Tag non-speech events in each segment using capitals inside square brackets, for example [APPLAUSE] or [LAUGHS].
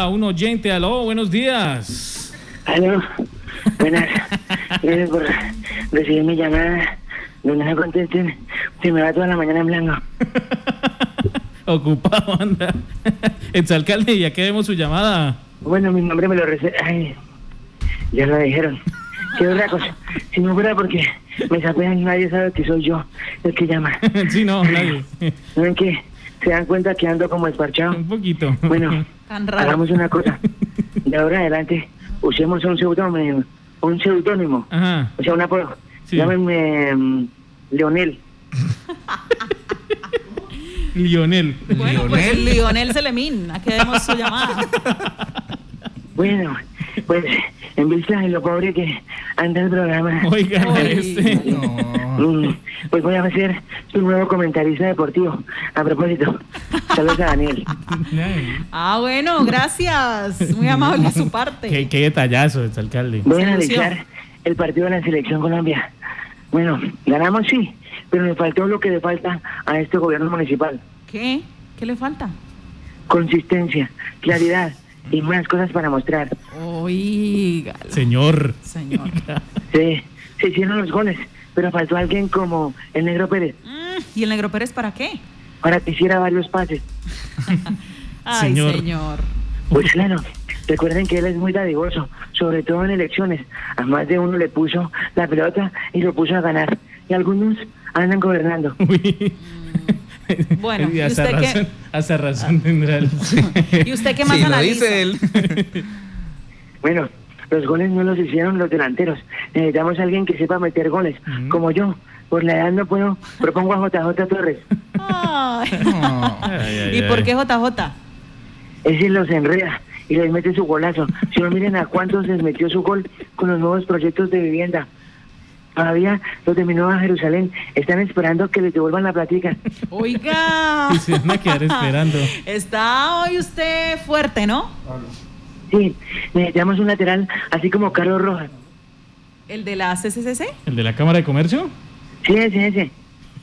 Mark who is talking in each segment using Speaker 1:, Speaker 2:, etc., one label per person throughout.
Speaker 1: A un oyente, aló, buenos días. [LAUGHS]
Speaker 2: Aló, buenas. Gracias por recibir mi llamada. Donde no contesten, se me va toda la mañana en blanco.
Speaker 1: Ocupado, anda. [LAUGHS] Exalcalde, ya que vemos su llamada. [LAUGHS]
Speaker 2: Bueno, mi nombre me lo rece... Ay, ya lo dijeron. Qué berracos. Si no fuera porque me sapean, nadie sabe que soy yo el que llama.
Speaker 1: sí, no, nadie. [LAUGHS]
Speaker 2: ¿No ven que se dan cuenta que ando como desparchado?
Speaker 1: Un poquito.
Speaker 2: Bueno,
Speaker 3: Tan raro.
Speaker 2: hagamos una cosa. De ahora en adelante, usemos un seudónimo. Un seudónimo.
Speaker 1: [LAUGHS] Ajá.
Speaker 2: O sea, un apodo.
Speaker 1: Sí.
Speaker 2: Llámenme mm, Leonel.
Speaker 1: Lionel. [LAUGHS]
Speaker 3: Bueno, pues Lionel Selemín, aquí vemos su llamada.
Speaker 2: Bueno, pues en vista de lo pobre que anda el programa,
Speaker 1: Oiga,
Speaker 3: Ay,
Speaker 1: este. [LAUGHS]
Speaker 2: mm, pues voy a hacer tu nuevo comentarista deportivo. A propósito, saludos a Daniel.
Speaker 3: Ah, bueno, gracias. Muy amable de su parte.
Speaker 1: Qué, qué detallazo, exalcalde.
Speaker 2: Voy a
Speaker 3: Selección.
Speaker 2: analizar el partido de la Selección Colombia. Bueno, ganamos sí, pero le faltó lo que le falta a este gobierno municipal.
Speaker 3: ¿Qué? ¿Qué le falta?
Speaker 2: Consistencia, claridad y más cosas para mostrar.
Speaker 3: Oiga,
Speaker 1: Señor. [LAUGHS]
Speaker 3: señor.
Speaker 2: Sí, se hicieron los goles, pero faltó alguien como el Negro Pérez
Speaker 3: Mm, ¿Y el Negro Pérez para qué?
Speaker 2: para que hiciera varios pases.
Speaker 3: Ay,
Speaker 1: Señor.
Speaker 3: señor.
Speaker 2: Pues claro, recuerden que él es muy dadivoso, sobre todo en elecciones. A más de uno le puso la pelota y lo puso a ganar. Y algunos andan gobernando.
Speaker 1: Uy.
Speaker 3: Bueno,
Speaker 1: [LAUGHS] y
Speaker 3: ¿y
Speaker 1: hasta
Speaker 3: usted qué?
Speaker 1: razón, hasta razón tendrá el-
Speaker 3: [LAUGHS] ¿Y usted qué más
Speaker 4: Sí, lo
Speaker 3: analiza?
Speaker 4: dice él.
Speaker 2: Bueno, los goles no los hicieron los delanteros. Necesitamos a alguien que sepa meter goles,
Speaker 1: Ujú.
Speaker 2: como yo. Por la edad no puedo. Propongo a JJ Torres.
Speaker 3: Ay.
Speaker 4: No.
Speaker 1: Ay, ay,
Speaker 3: ¿Y por
Speaker 1: ay.
Speaker 3: qué JJ?
Speaker 2: Ese los enreda y les mete su golazo. Si no miren a cuántos les metió su gol con los nuevos proyectos de vivienda. Todavía los de mi nueva Jerusalén están esperando que les devuelvan la platica.
Speaker 3: Oiga.
Speaker 1: Y se van a quedar esperando.
Speaker 3: Está hoy usted fuerte, ¿no?
Speaker 2: Sí, necesitamos un lateral, así como Carlos Rojas.
Speaker 3: El de la CCCC.
Speaker 1: [LAUGHS] ¿El de la Cámara de Comercio? [LAUGHS]
Speaker 2: Sí, ese, ese.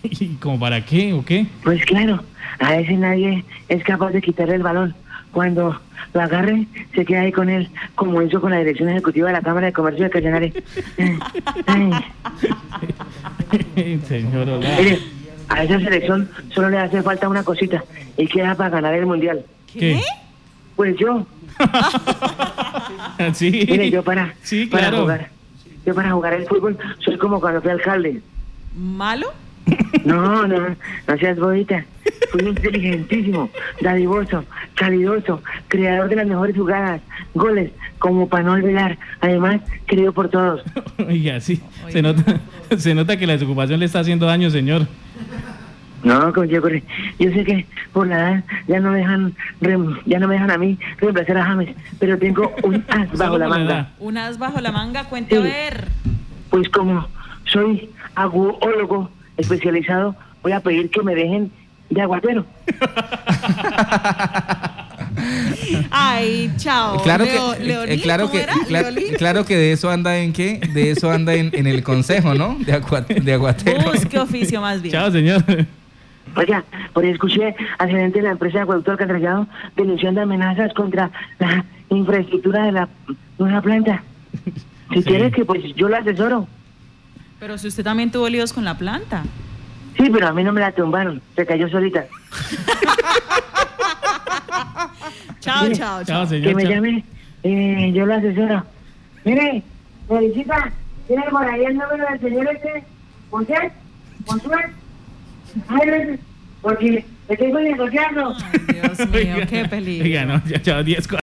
Speaker 1: ¿Y como para qué o
Speaker 3: [LAUGHS]
Speaker 1: qué? [LAUGHS]
Speaker 2: Pues claro, a ese nadie es capaz de quitarle el balón. Cuando lo agarre, se queda ahí con él, como hizo con la dirección ejecutiva de la Cámara de Comercio de Casanare.
Speaker 1: Señor, hola.
Speaker 2: Mire, a esa selección solo le hace falta una cosita, y queda para ganar el Mundial.
Speaker 1: ¿Qué?
Speaker 2: Pues yo,
Speaker 1: [LAUGHS] Sí.
Speaker 2: mire, yo para,
Speaker 1: Sí,
Speaker 2: para
Speaker 1: claro.
Speaker 2: jugar. Yo para jugar el fútbol soy como cuando fui alcalde.
Speaker 3: ¿Malo?
Speaker 2: No, no, no seas bonita. Fui inteligentísimo, dadivoso, calidoso, creador de las mejores jugadas, goles, como para no olvidar. Además, querido por todos.
Speaker 1: [LAUGHS] Oiga, sí. Se nota, [LAUGHS] se nota que la desocupación le está haciendo daño, señor.
Speaker 2: No, con yo, corre. yo sé que por la edad ya no me dejan, rem- ya no me dejan a mí reemplazar a James, pero tengo un as bajo
Speaker 1: Solo
Speaker 2: la
Speaker 1: por
Speaker 2: manga.
Speaker 1: edad.
Speaker 3: Un as bajo la manga, cuente a
Speaker 2: Sí.
Speaker 3: ver.
Speaker 2: Pues como soy aguólogo especializado, voy a pedir que me dejen de aguatero.
Speaker 3: Ay, chao.
Speaker 4: [LAUGHS] Claro
Speaker 3: Leo-
Speaker 4: que,
Speaker 3: Leonil,
Speaker 4: eh, claro,
Speaker 3: ¿cómo
Speaker 4: que
Speaker 3: era?
Speaker 4: cla-
Speaker 3: Leonil.
Speaker 4: claro que de eso anda en qué, de eso anda en, en el consejo, ¿no? De, agua- de aguatero.
Speaker 3: Busque oficio más bien.
Speaker 1: Chao, señor.
Speaker 2: Oiga, por ahí escuché al gerente de la empresa de Acueducto Alcantarillado denunciando amenazas contra la infraestructura de la nueva planta. Si
Speaker 1: Sí.
Speaker 2: quieres que pues yo la asesoro.
Speaker 3: Pero si usted también tuvo líos con la planta.
Speaker 2: Sí, pero a mí no me la tumbaron, se cayó solita.
Speaker 3: Chao,
Speaker 2: Sí.
Speaker 3: chao,
Speaker 1: Chao,
Speaker 3: chao.
Speaker 1: señor.
Speaker 2: Que me
Speaker 1: chao.
Speaker 2: llame, eh, yo la asesoro. Mire, felicita, tiene por ahí el número del señor este, José, Josué, Jaime, porque le tengo negociando.
Speaker 3: Ay, Dios mío,
Speaker 1: Oiga,
Speaker 4: [LAUGHS]
Speaker 3: qué peligro.
Speaker 1: Oiga, no, ya, chao, 10